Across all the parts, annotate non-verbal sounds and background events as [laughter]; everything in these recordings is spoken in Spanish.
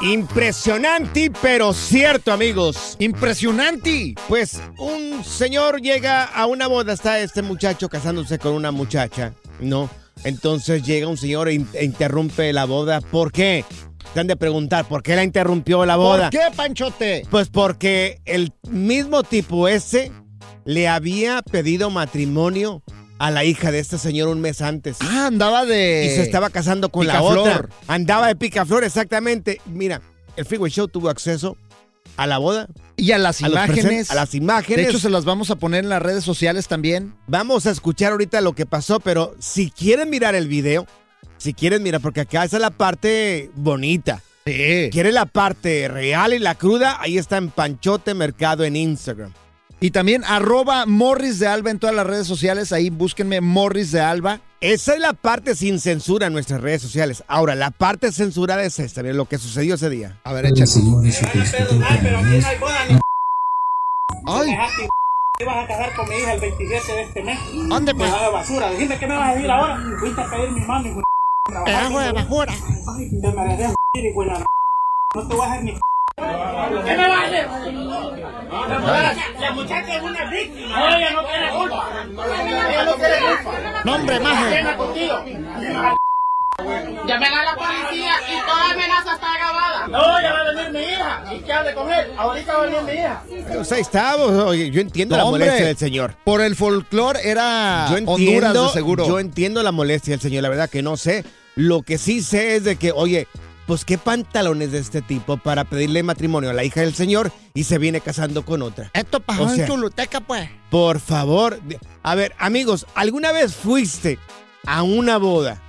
Impresionante, pero cierto, amigos. Impresionante. Pues un señor llega a una boda, está este muchacho casándose con una muchacha, ¿no? Entonces llega un señor e in- e interrumpe la boda. ¿Por qué? Te han de preguntar, ¿por qué la interrumpió la boda? ¿Por qué, Panchote? Pues porque el mismo tipo ese le había pedido matrimonio a la hija de este señor un mes antes. Ah, andaba de... Y se estaba casando con la Picaflor. otra. Andaba de picaflor, exactamente. Mira, el Freeway Show tuvo acceso a la boda, Y a las a, los presen- imágenes. a las imágenes. De hecho, se las vamos a poner en las redes sociales también. Vamos a escuchar ahorita lo que pasó, pero si quieren mirar el video, si quieren mirar, porque acá esa es la parte bonita. Sí. Quieren la parte real y la cruda, ahí está en Panchote Mercado en Instagram. Y también arroba Morris de Alba en todas las redes sociales. Ahí búsquenme Morris de Alba. Esa es la parte sin censura en nuestras redes sociales. Ahora, la parte censurada es esta, miren lo que sucedió ese día. A ver, échale. Señor Jesucristo, tú perdonas. Ay, Te vas a casar con mi hija el 27 de este mes. ¿dónde pues? Nada de basura. Dijiste que me vas a decir ahora. Fuiste a pedir mi mami, hijo de trabajar, Pedazo de basura. Ay, Te mereces un hijo de la No te voy a hacer ni ¿Qué me vas a hacer? La muchacha- La muchacha es una víctima. No, ella no tiene culpa. Ella no tiene culpa. Nombre, maje. Pena contigo. Llamen a la policía y toda amenaza está grabada. No, ya va a venir mi hija. ¿Y qué hable con él? Ahorita va a venir mi hija. O sea, ahí está, o- oye, yo entiendo la Hombre. molestia del señor. Por el folclore era Yo entiendo, Honduras, de seguro. Yo entiendo la molestia del señor, la verdad que no sé. Lo que sí sé es de que, oye, pues qué pantalones de este tipo para pedirle matrimonio a la hija del señor y se viene casando con otra. Esto pasó O sea- en Chuluteca, pues. Por favor, de- a ver, amigos, ¿alguna vez fuiste a una boda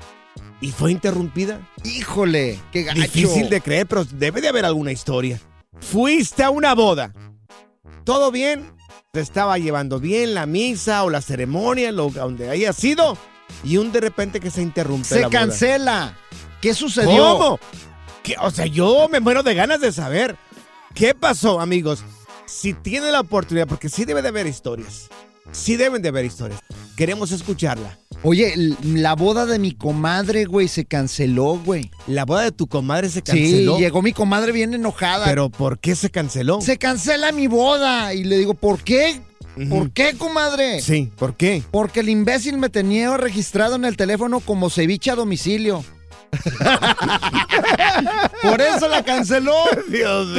y fue interrumpida? Híjole, qué gacho. Difícil de creer, pero debe de haber alguna historia. Fuiste a una boda. ¿Todo bien? ¿Te estaba llevando bien la misa o la ceremonia, lo, a donde haya sido? Y un de repente que se interrumpe la Se boda. cancela. ¿Qué sucedió? ¿Cómo? ¿Qué? O sea, yo me muero de ganas de saber. ¿Qué pasó, amigos? Si tiene la oportunidad, porque sí debe de haber historias. Sí deben de haber historias. Queremos escucharla. Oye, l- la boda de mi comadre, güey, se canceló, güey. La boda de tu comadre se Sí, canceló. llegó mi comadre bien enojada. pero ¿por qué se canceló? se cancela mi boda. Y le digo, ¿por qué? Ujú. ¿Por qué, comadre? Sí, ¿por qué? Porque el imbécil me tenía registrado en el teléfono como ceviche a domicilio. [laughs] Por eso la canceló. Dios ¿Tú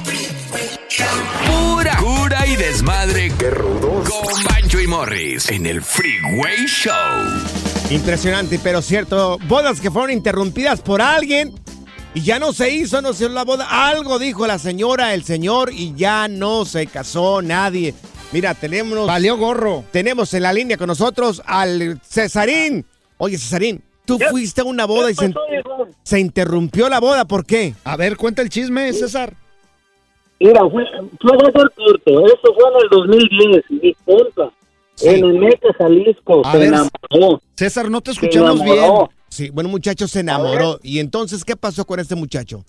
crees? Pura cura y desmadre. Qué rudos. Con Bancho y Morris en el Freeway Show. Impresionante, pero cierto. Bodas que fueron interrumpidas por alguien y ya no se hizo, no se hizo la boda. Algo dijo la señora, el señor y ya no se casó nadie. Mira, tenemos, Valió gorro. tenemos en la línea con nosotros al Cesarín. Oye, Cesarín, tú fuiste a una boda y se, se interrumpió la boda. ¿Por qué? A ver, cuenta el chisme, César. Mira, fue, fue desde el puerto, eso fue en el 2010, mi compa. En Eneca, Jalisco, A se ver, enamoró. César, no te Se escuchamos bien. enamoró. Sí, bueno, muchacho se enamoró. ¿Y entonces qué pasó con este muchacho?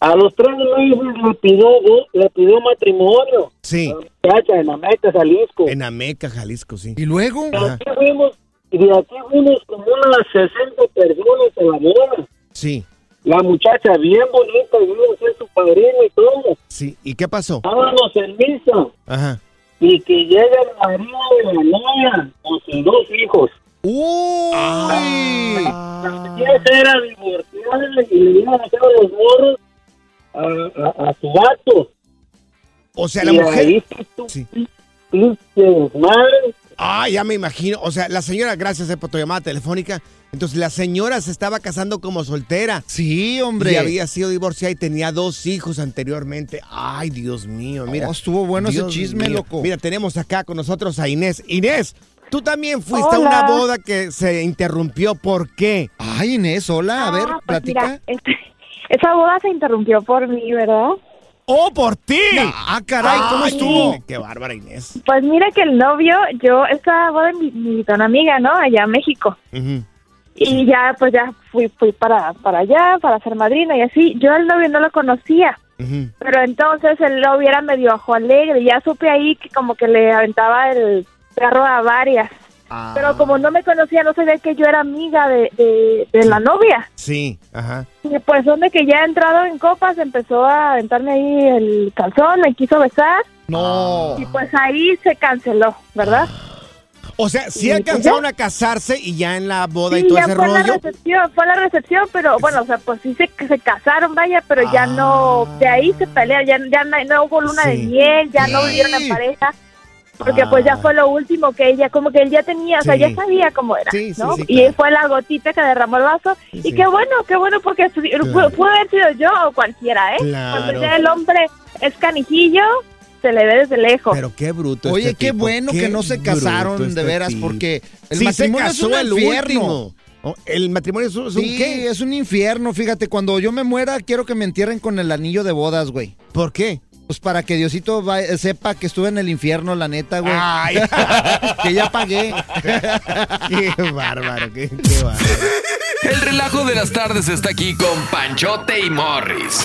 A los tres meses le pidió, le pidió matrimonio. Sí, La Muchacha, en Ameca, Jalisco. en Ameca, Jalisco, sí. Y luego, De aquí fuimos, y de aquí fuimos como unas 60 personas a la boda. Sí, La muchacha bien bonita, y iba a ser su padrino y todo. sí. ¿Y qué pasó? Estábamos en misa Ajá. y que llega el marido de la novia con sus dos hijos. ¡Uy! La tía era divorciada y le iban a hacer los morros a, a- a su vato. O sea, Y la mujer. ahí sí tu- Sí. pinche desmadre. Ah, ya me imagino. O sea, la señora, gracias eh, por tu llamada telefónica. Entonces, la señora se estaba casando como soltera. Sí, Hombre. Y hombre. había sido divorciada y tenía dos hijos anteriormente. Ay, Dios mío, mira. Oh, estuvo bueno ese Dios chisme, mío. loco. Mira, tenemos acá con nosotros a Inés. Inés, tú también fuiste a una Hola. boda que se interrumpió. ¿Por qué? Ay, Inés, hola. A ver, Ah, pues platica. mira, este- esa boda se interrumpió por mí, ¿verdad? ¡Oh, por ti! Ah, caray, ¿cómo Ay, estuvo? ¡Qué bárbara, Inés! Pues mira que el novio, yo, esa boda me me invitó una amiga, ¿no? Allá a México. Ujú. Y ya, pues ya fui, fui para, para allá, para ser madrina y así. Yo al novio no lo conocía, Ujú. pero entonces el novio era medio ojo alegre. Ya supe ahí que como que le aventaba el perro a varias. Ah. Ah. Pero como no me conocía, no sabía que yo era amiga de, de, de la novia. Sí, ajá. [laughs] Y pues donde que ya entrado en copas empezó a aventarme ahí el calzón, me quiso besar No. y pues ahí se canceló, ¿verdad? O sea, sí Ah. ¿Y alcanzaron entonces? a casarse y ya en la boda y Sí, todo ya ese fue la rollo. recepción, fue la recepción, pero bueno, o sea, pues sí se, se casaron, vaya, pero ya no, de ahí se pelearon, ya, ya no, no hubo luna de Ah. Sí. miel, ya no Sí. vivieron en pareja. Porque pues ya Ah. fue lo último que ella, como que él ya tenía, o sea, Sí. ya sabía cómo era, Sí, sí, ¿no? sí, y claro. fue la gotita que derramó el vaso. Sí, y sí. qué bueno, qué bueno, porque estu- Claro. pu- pudo haber sido yo o cualquiera, ¿eh? Claro. Cuando ya el hombre es canijillo, se le ve desde lejos. Pero qué bruto. Oye, este qué tipo, bueno qué que no se bruto casaron, este de veras, tipo. porque el Sí, se matrimonio es casó un el infierno. último. Oh, El matrimonio es un, es un Sí, qué? es un infierno. Fíjate, cuando yo me muera, quiero que me entierren con el anillo de bodas, güey. ¿Por qué? Pues para que Diosito va- eh, sepa que estuve en el infierno, la neta, güey. Ay, [laughs] Que ya pagué. qué bárbaro, qué, qué bárbaro. El relajo de las tardes está aquí con Panchote y Morris.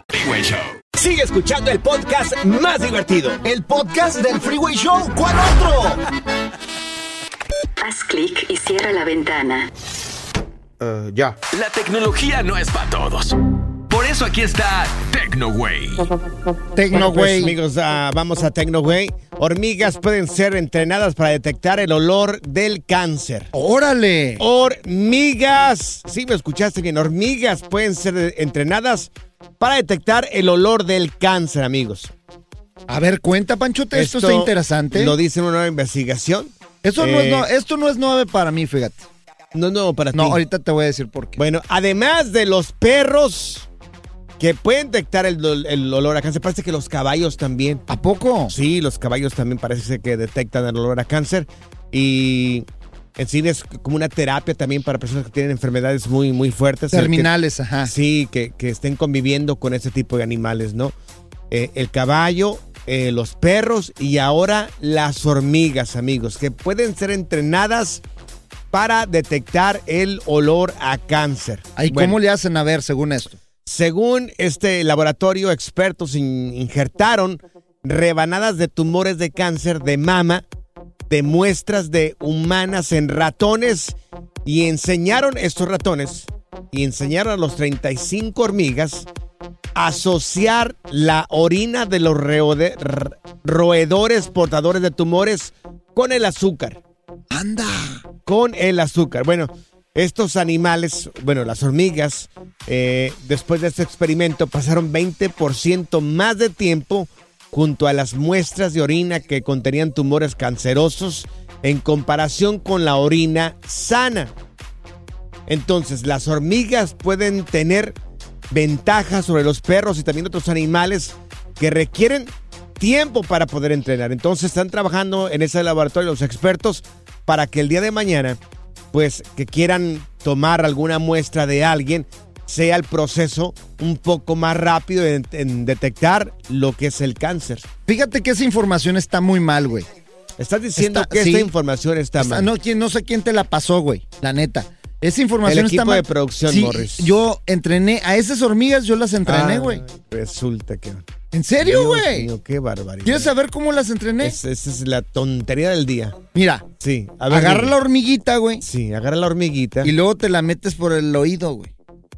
Sigue escuchando el podcast más divertido. El podcast del Freeway Show, ¿cuál otro? Haz clic y cierra la ventana. ya. La tecnología no es para todos. Por eso aquí está TecnoWay. Tecno, Bueno, pues, güey. amigos, ah, vamos a Tecnoway. Hormigas pueden ser entrenadas para detectar el olor del cáncer. Órale. Hormigas. Sí, me escuchaste bien. Hormigas pueden ser eh, entrenadas para detectar el olor del cáncer, amigos. A ver, cuenta, Panchote, esto, está interesante. Lo dice en una nueva investigación. Eso no Eh, es no, esto no es nueve para mí, fíjate. No, no, para No, ti. ahorita te voy a decir por qué. Bueno, además de los perros que pueden detectar el, dol- el olor a cáncer, parece que los caballos también. ¿A poco? Sí, los caballos también parece ser que detectan el olor a cáncer. Y en sí es como una terapia también para personas que tienen enfermedades muy, muy fuertes. El que- Terminales, ajá. Sí, que, que estén conviviendo con ese tipo de animales, ¿no? Eh, el caballo eh, los perros y ahora las hormigas, amigos, que pueden ser entrenadas para detectar el olor a cáncer. ¿Y Bueno, cómo le hacen a ver según esto? según este laboratorio, expertos in- injertaron rebanadas de tumores de cáncer de mama de muestras de humanas en ratones y enseñaron estos ratones y enseñaron a los 35 hormigas asociar la orina de los reode- r- roedores portadores de tumores con el azúcar. ¡Anda! Con el azúcar. Bueno, estos animales, bueno, las hormigas, eh, después de este experimento pasaron 20% más de tiempo junto a las muestras de orina que contenían tumores cancerosos en comparación con la orina sana. Entonces, las hormigas pueden tener ventajas sobre los perros y también otros animales que requieren tiempo para poder entrenar. Entonces, están trabajando en ese laboratorio los expertos para que el día de mañana, pues, que quieran tomar alguna muestra de alguien, sea el proceso un poco más rápido en- en detectar lo que es el cáncer. Fíjate que esa información está muy mal, güey. Estás diciendo que esta información está mal. No, quién- no sé quién te la pasó, güey, la neta. Esa información El equipo está mal. de producción, Sí, Morris. Yo entrené, a esas hormigas yo las entrené, Ah, güey. Resulta que. ¿En serio, Dios güey? mío, qué barbaridad. ¿Quieres saber cómo las entrené? Es- esa es la tontería del día. Mira, Sí. A ver, agarra dime. la hormiguita, güey. Sí, agarra la hormiguita. Y luego te la metes por el oído, güey.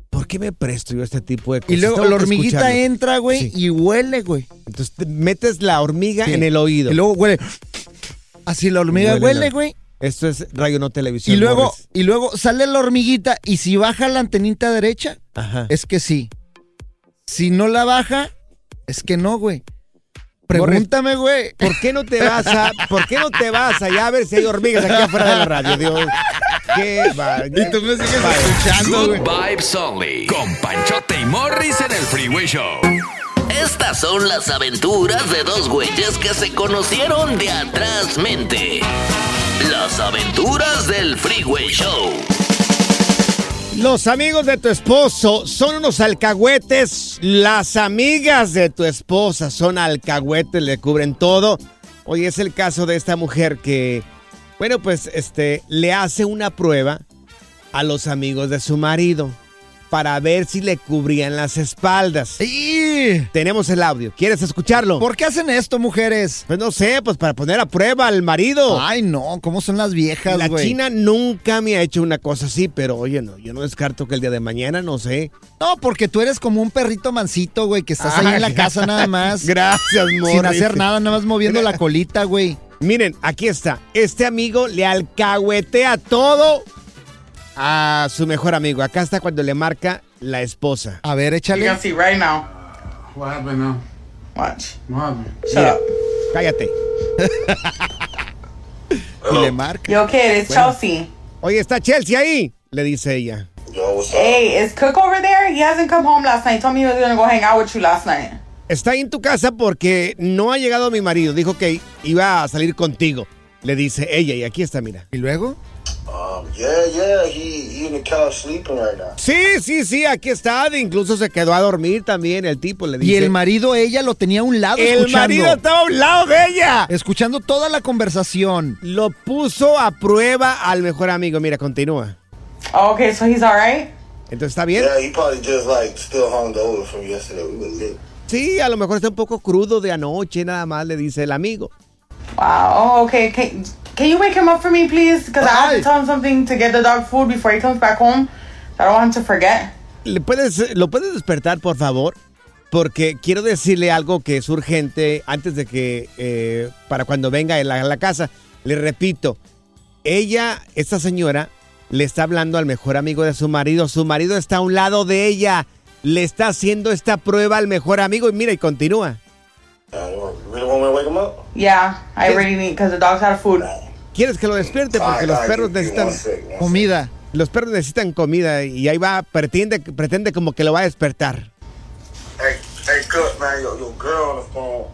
¿Por qué me presto yo a este tipo de cosas? Y luego Tengo la que hormiguita escucharlo. entra, güey, Sí. y huele, güey. Entonces te metes la hormiga Sí. en el oído. Y luego huele. Así la hormiga Huele huele, la- güey. Esto es radio no televisión. Y luego, Morris. y luego sale la hormiguita y si baja la antenita derecha, Ajá. es que sí. Si no la baja, es que no, güey. Morris, Pregúntame, güey. ¿Por qué no te vas a, [laughs] por qué no te vas allá a ver si hay hormigas aquí afuera de la radio? Dios. Qué va- Y tú me sigues Vale. escuchando, Good güey. vibes only. Con Panchote y Morris en el Freeway Show. Estas son las aventuras de dos güeyes que se conocieron de atrás mente. Las aventuras del Freeway Show. Los amigos de tu esposo son unos alcahuetes. Las amigas de tu esposa son alcahuetes, le cubren todo. Hoy es el caso de esta mujer que, bueno, pues este, le hace una prueba a los amigos de su marido para ver si le cubrían las espaldas. Tenemos el audio. ¿Quieres escucharlo? ¿Por qué hacen esto, mujeres? Pues no sé, pues para poner a prueba al marido. Ay, no, ¿cómo son las viejas, La güey? China nunca me ha hecho una cosa así, pero oye, no, yo no descarto que el día de mañana, no sé. No, porque tú eres como un perrito mansito, güey, que estás ahí en la [laughs] casa nada más. Ah, Gracias, Morris. Sin hacer nada, nada más moviendo la colita, güey. Miren, aquí está. Este amigo le alcahuetea todo a su mejor amigo. Acá está cuando le marca la esposa. A ver, You échale. can see right now. What happened now? Watch. What happened? Shut Mira, up. cállate. Y le marca. Yo, kid, it's Bueno. Chelsea. Oye, está Chelsea ahí, le dice ella. Hey, is Cook over there? He hasn't come home last night. Told me he was gonna go hang out with you last night. Está ahí en tu casa porque no ha llegado mi marido. Dijo que iba a salir contigo. Le dice ella y aquí está, mira. ¿Y luego? Um, yeah, yeah, he, he in the couch sleeping right now. Sí, sí, sí, aquí está. Incluso se quedó a dormir también el tipo. Le dice. Y el marido, ella lo tenía a un lado El escuchando. marido estaba a un lado de ella. Escuchando toda la conversación. Lo puso a prueba al mejor amigo. Mira, continúa. Oh, okay, so he's all right. Entonces, ¿está bien? Yeah, he probably just like still hung over from yesterday. We were lit. Sí, a lo mejor está un poco crudo de anoche, nada más, le dice el amigo. Wow. Oh, okay. Can, can you wake him up for me, please? Because I have to tell him something to get the dog food before he comes back home. So I don't want him to forget. ¿Le puedes, ¿Lo puedes despertar, por favor? Porque quiero decirle algo que es urgente antes de que, eh, para cuando venga él a la casa. Le repito, ella, esta señora, le está hablando al mejor amigo de su marido. Su marido está a un lado de ella. Le está haciendo esta prueba al mejor amigo. Y mira, y continúa. Uh, you want- you really want me to wake him up? Yeah, I really need because the dog's out of food. ¿Quieres que lo despierte? Porque Ay, los ay, perros give me necesitan... one sec, one sec. Comida. Los perros necesitan comida y ahí va, pretende, pretende como que lo va a despertar. Hey, hey, Cook, man, your, your girl on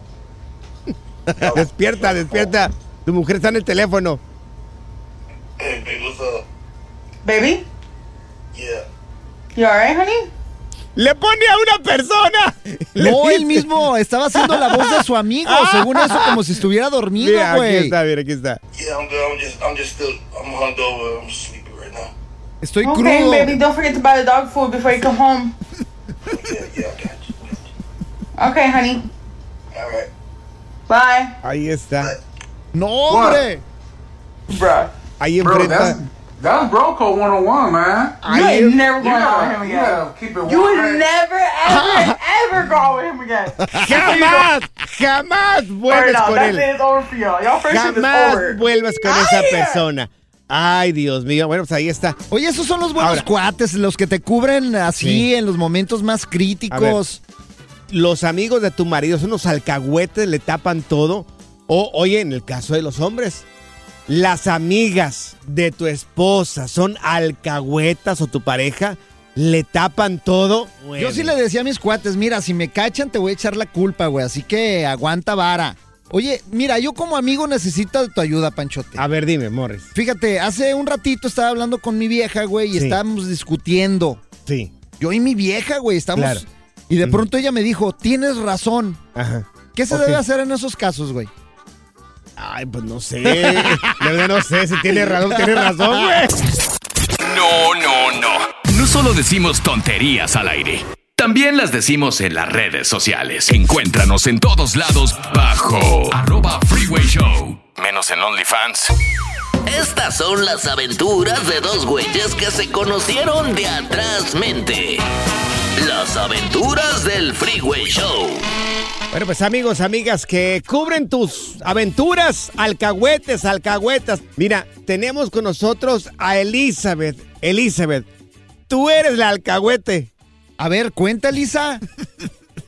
the phone. [laughs] despierta, despierta. Tu mujer está en el teléfono. Hey, babe, what's up? Baby, Yeah. you all right, honey? le pone a una persona. Le No, él dice- mismo estaba haciendo la voz de su amigo, según eso, como si estuviera dormido, Mira, aquí güey. está, mira, aquí está. Yeah, I'm good. I'm just, I'm just still, I'm hungover. I'm sleepy right now. Estoy Okay, crudo. baby, don't forget to buy the dog food before you come home. Okay, honey. Bye. Ahí está. No, hombre. Bruh. Ahí Bro, enfrenta. that's, that's Broco 101, man. You ain't never going out with him You gotta again. keep it You one. would never, ever, ever go out with him again. Jamás, jamás Sorry, vuelves no, con that él. day is over for y'all. Y'all friendship is Jamás over. vuelvas con Ay, esa yeah. persona. Ay, Dios mío. Bueno, pues ahí está. Oye, esos son los buenos Ahora. cuates, los que te cubren así Sí. en los momentos más A ver, críticos. los amigos de tu marido son unos alcahuetes, le tapan todo. O, oye, en el caso de los hombres, las amigas de tu esposa son alcahuetas o tu pareja, le tapan todo. Yo sí le decía a mis cuates, mira, si me cachan te voy a echar la culpa, güey, así que aguanta vara. Oye, mira, yo como amigo necesito de tu ayuda, Panchote. A ver, dime, Morris. Fíjate, hace un ratito estaba hablando con mi vieja, güey, y Sí. estábamos discutiendo. Sí. Yo y mi vieja, güey, estamos... Claro. Y de pronto ella me dijo, tienes razón. Ajá. ¿Qué se Ok. debe hacer en esos casos, güey? Ay, pues no [laughs] sé. La verdad no sé si tiene razón, tiene razón, güey. No, no, no. No solo decimos tonterías al aire. También las decimos en las redes sociales. Encuéntranos en todos lados bajo arroba freeway show. Menos en OnlyFans. Estas son las aventuras de dos güeyes que se conocieron de atrás mente. Las aventuras del Freeway Show. Bueno, pues amigos, amigas, que cubren tus aventuras, alcahuetes, alcahuetas. Mira, tenemos con nosotros a Elizabeth. Elizabeth, tú eres la alcahuete. A ver, [laughs] cuenta, Elisa.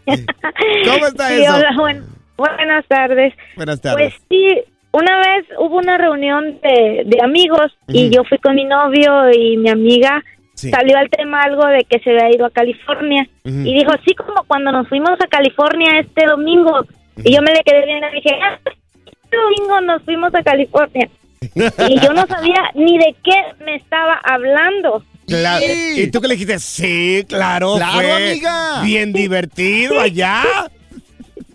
¿Cómo está Sí, eso? hola, buen- buenas tardes. Pues Buenas tardes. sí, una vez hubo una reunión de, de amigos y Ujú. yo fui con mi novio y mi amiga. Sí. Salió al tema algo de que se había ido a California Ujú. y dijo, sí, como cuando nos fuimos a California este domingo. Y yo me le quedé bien y dije, ah, este domingo nos fuimos a [laughs] California. y yo no sabía ni de qué me estaba hablando. Claro. ¿Y tú qué le dijiste? Sí, claro. Claro, fue amiga. Bien divertido allá.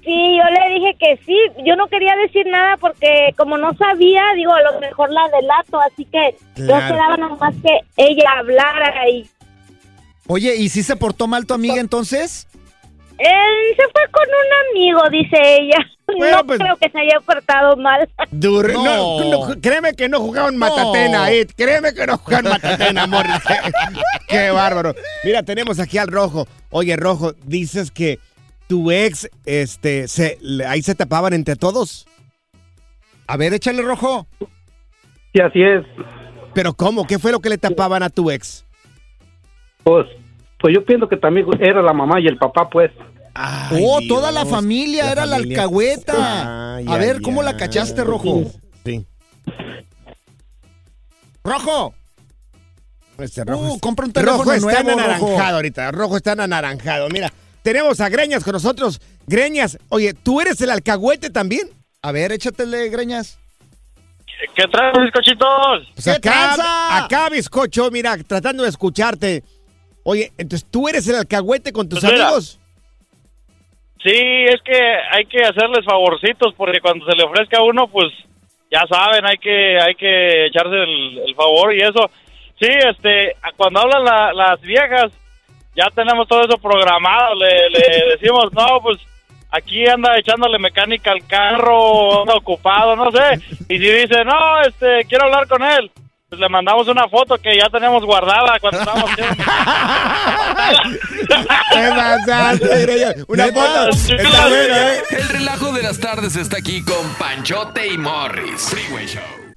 Sí, yo le dije que sí, yo no quería decir nada porque como no sabía, digo, a lo mejor la delato, así que yo Claro. esperaba nomás que ella hablara y Oye, ¿y si se portó mal tu amiga entonces? él se fue con un amigo, dice ella. Bueno, no pues- creo que se haya portado mal. Dur- No. no, no, créeme que no jugaron matatena, ahí. Créeme que no jugaron matatena, amor. [laughs] Qué bárbaro. Mira, tenemos aquí al rojo. Oye, rojo, dices que tu ex, este, se, le- ahí se tapaban entre todos. A ver, échale rojo. Sí, así es. Pero ¿cómo? ¿Qué fue lo que le tapaban a tu ex? Pues, pues yo pienso que también era la mamá y el papá, pues. oh, toda la familia era la alcahueta. Ay, a ver, ay, ¿cómo la ay. Uh, cachaste, rojo? Sí. ¡Rojo! Este rojo Uh, es- compra un teléfono rojo está nuevo, anaranjado rojo. ahorita. Rojo está anaranjado. Mira, tenemos a Greñas con nosotros. Greñas, oye, ¿tú eres el alcahuete también? A ver, échatele, Greñas. ¿Qué traen mis cochitos? Pues acá, acá, bizcocho, mira, tratando de escucharte. Oye, entonces tú eres el alcahuete con tus Pues mira. amigos. Sí, es que hay que hacerles favorcitos porque cuando se le ofrezca a uno, pues ya saben, hay que hay que echarse el, el favor y eso. Sí, este, a- cuando hablan la- las viejas, ya tenemos todo eso programado. Le, le decimos, no, pues aquí anda echándole mecánica al carro, anda ocupado, no sé. Y si dice, no, este, quiero hablar con él, pues le mandamos una foto que ya tenemos guardada cuando estábamos haciendo [laughs] ¿Qué pasaste, Greñas? Una foto. Está bueno, ¿eh? El relajo de las tardes está aquí con Panchote y Morris. Freeway Show.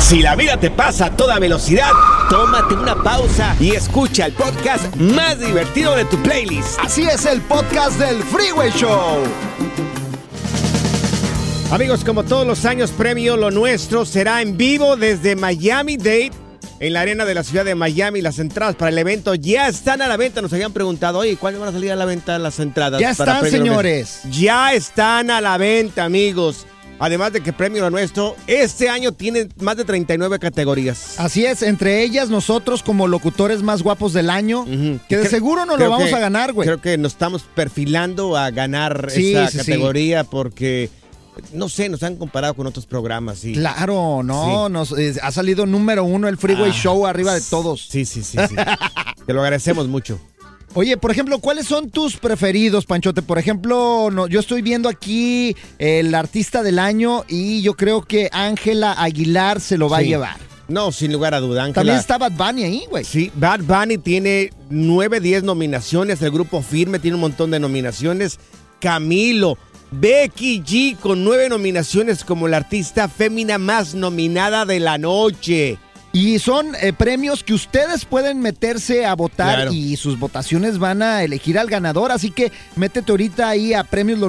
Si la vida te pasa a toda velocidad, tómate una pausa y escucha el podcast más divertido de tu playlist. Así es el podcast del Freeway Show. Amigos, como todos los años, premio Lo Nuestro será en vivo desde Miami Dade, en la arena de la ciudad de Miami. Las entradas para el evento ya están a la venta. Nos habían preguntado, oye, ¿cuándo van a salir a la venta las entradas? Ya para están, Premio Lo señores. Nuestro? Ya están a la venta, amigos. Además de que Premio Lo Nuestro este año tiene más de 39 categorías. Así es, entre ellas nosotros como locutores más guapos del año, que de Cre- seguro no lo creo vamos que- a ganar, güey. Creo que nos estamos perfilando a ganar Sí, esa sí, sí. categoría porque, no sé, nos han comparado con otros programas. Y, Claro, no, Sí. nos, eh, ha salido número uno el Freeway Ah, Show arriba de todos. Sí, sí, sí, [laughs] sí. Te lo agradecemos mucho. Oye, por ejemplo, ¿cuáles son tus preferidos, Panchote? Por ejemplo, no, yo estoy viendo aquí el artista del año y yo creo que Ángela Aguilar se lo va a Sí. llevar. No, sin lugar a duda, Ángela. También está Bad Bunny ahí, güey. Sí, Bad Bunny tiene 9, 10 nominaciones. El grupo Firme tiene un montón de nominaciones. Camilo, Becky G con 9 nominaciones como la artista fémina más nominada de la noche. Y son eh, premios que ustedes pueden meterse a votar Claro. y sus votaciones van a elegir al ganador. Así que métete ahorita ahí a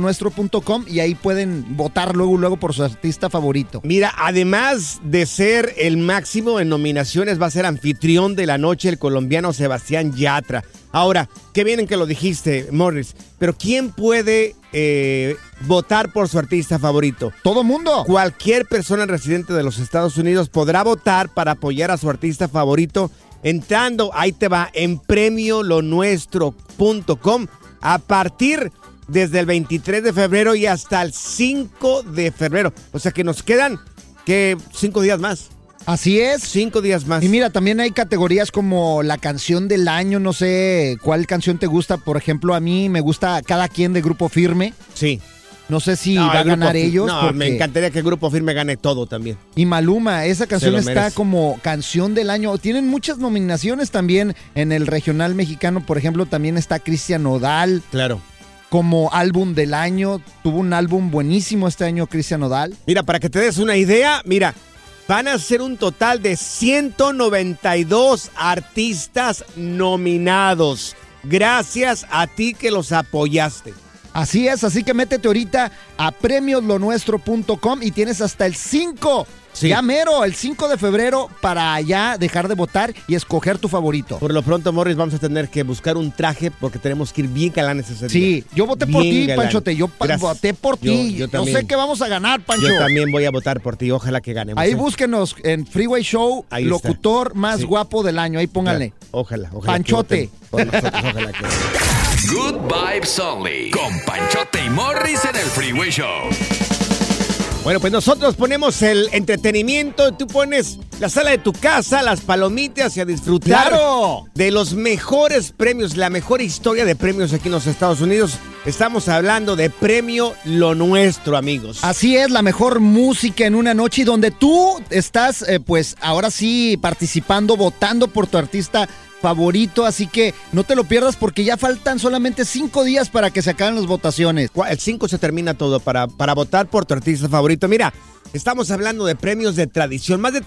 premioslonuestro.com y ahí pueden votar luego, luego por su artista favorito. Mira, además de ser el máximo en nominaciones, va a ser anfitrión de la noche el colombiano Sebastián Yatra. Ahora, qué bien que lo dijiste, Morris, pero ¿quién puede eh, votar por su artista favorito? Todo mundo. Cualquier persona residente de los Estados Unidos podrá votar para apoyar a su artista favorito entrando, ahí te va, en premiolonuestro.com a partir desde el 23 de febrero y hasta el 5 de febrero. O sea que nos quedan que cinco días más. Así es. Cinco días más. Y mira, también hay categorías como la canción del año, no sé cuál canción te gusta. Por ejemplo, a mí me gusta Cada quien de Grupo Firme. Sí. No sé si No, va a el Grupo ganar Fi- ellos. No, me porque- encantaría que el grupo firme gane todo también. Y Maluma, esa canción lo está merece. como canción del año. Tienen muchas nominaciones también en el regional mexicano. Por ejemplo, también está Cristian Nodal Claro. como álbum del año. Tuvo un álbum buenísimo este año Cristian Nodal. Mira, para que te des una idea, mira, van a ser un total de 192 artistas nominados. Gracias a ti que los apoyaste. Así es, así que métete ahorita a premioslonuestro.com y tienes hasta el 5. Sí. Ya mero, el 5 de febrero para ya dejar de votar y escoger tu favorito. Por lo pronto, Morris, vamos a tener que buscar un traje porque tenemos que ir bien galanes ese día. Sí, yo voté por Bien ti, galán. Panchote. Yo pa- Gracias. voté por Yo- ti. yo no sé también. qué vamos a ganar, Pancho. Yo también voy a votar por ti. Ojalá que ganemos. Ahí ¿eh? búsquenos en Freeway Show, Ahí está. locutor más Sí. guapo del año. Ahí pónganle. Ojalá, ojalá. que Panchote. voten por nosotros, ojalá que- Good vibes only. Con Panchote y Morris en el Freeway Show. Bueno, pues nosotros ponemos el entretenimiento, tú pones la sala de tu casa, las palomitas y a disfrutar ¡Claro! de los mejores premios, la mejor historia de premios aquí en los Estados Unidos. Estamos hablando de premio Lo Nuestro, amigos. Así es, la mejor música en una noche y donde tú estás, eh, pues ahora sí, participando, votando por tu artista favorito. Así que no te lo pierdas porque ya faltan solamente cinco días para que se acaben las votaciones. Cu- El 5 se termina todo para, para votar por tu artista favorito. Mira, estamos hablando de premios de tradición. Más de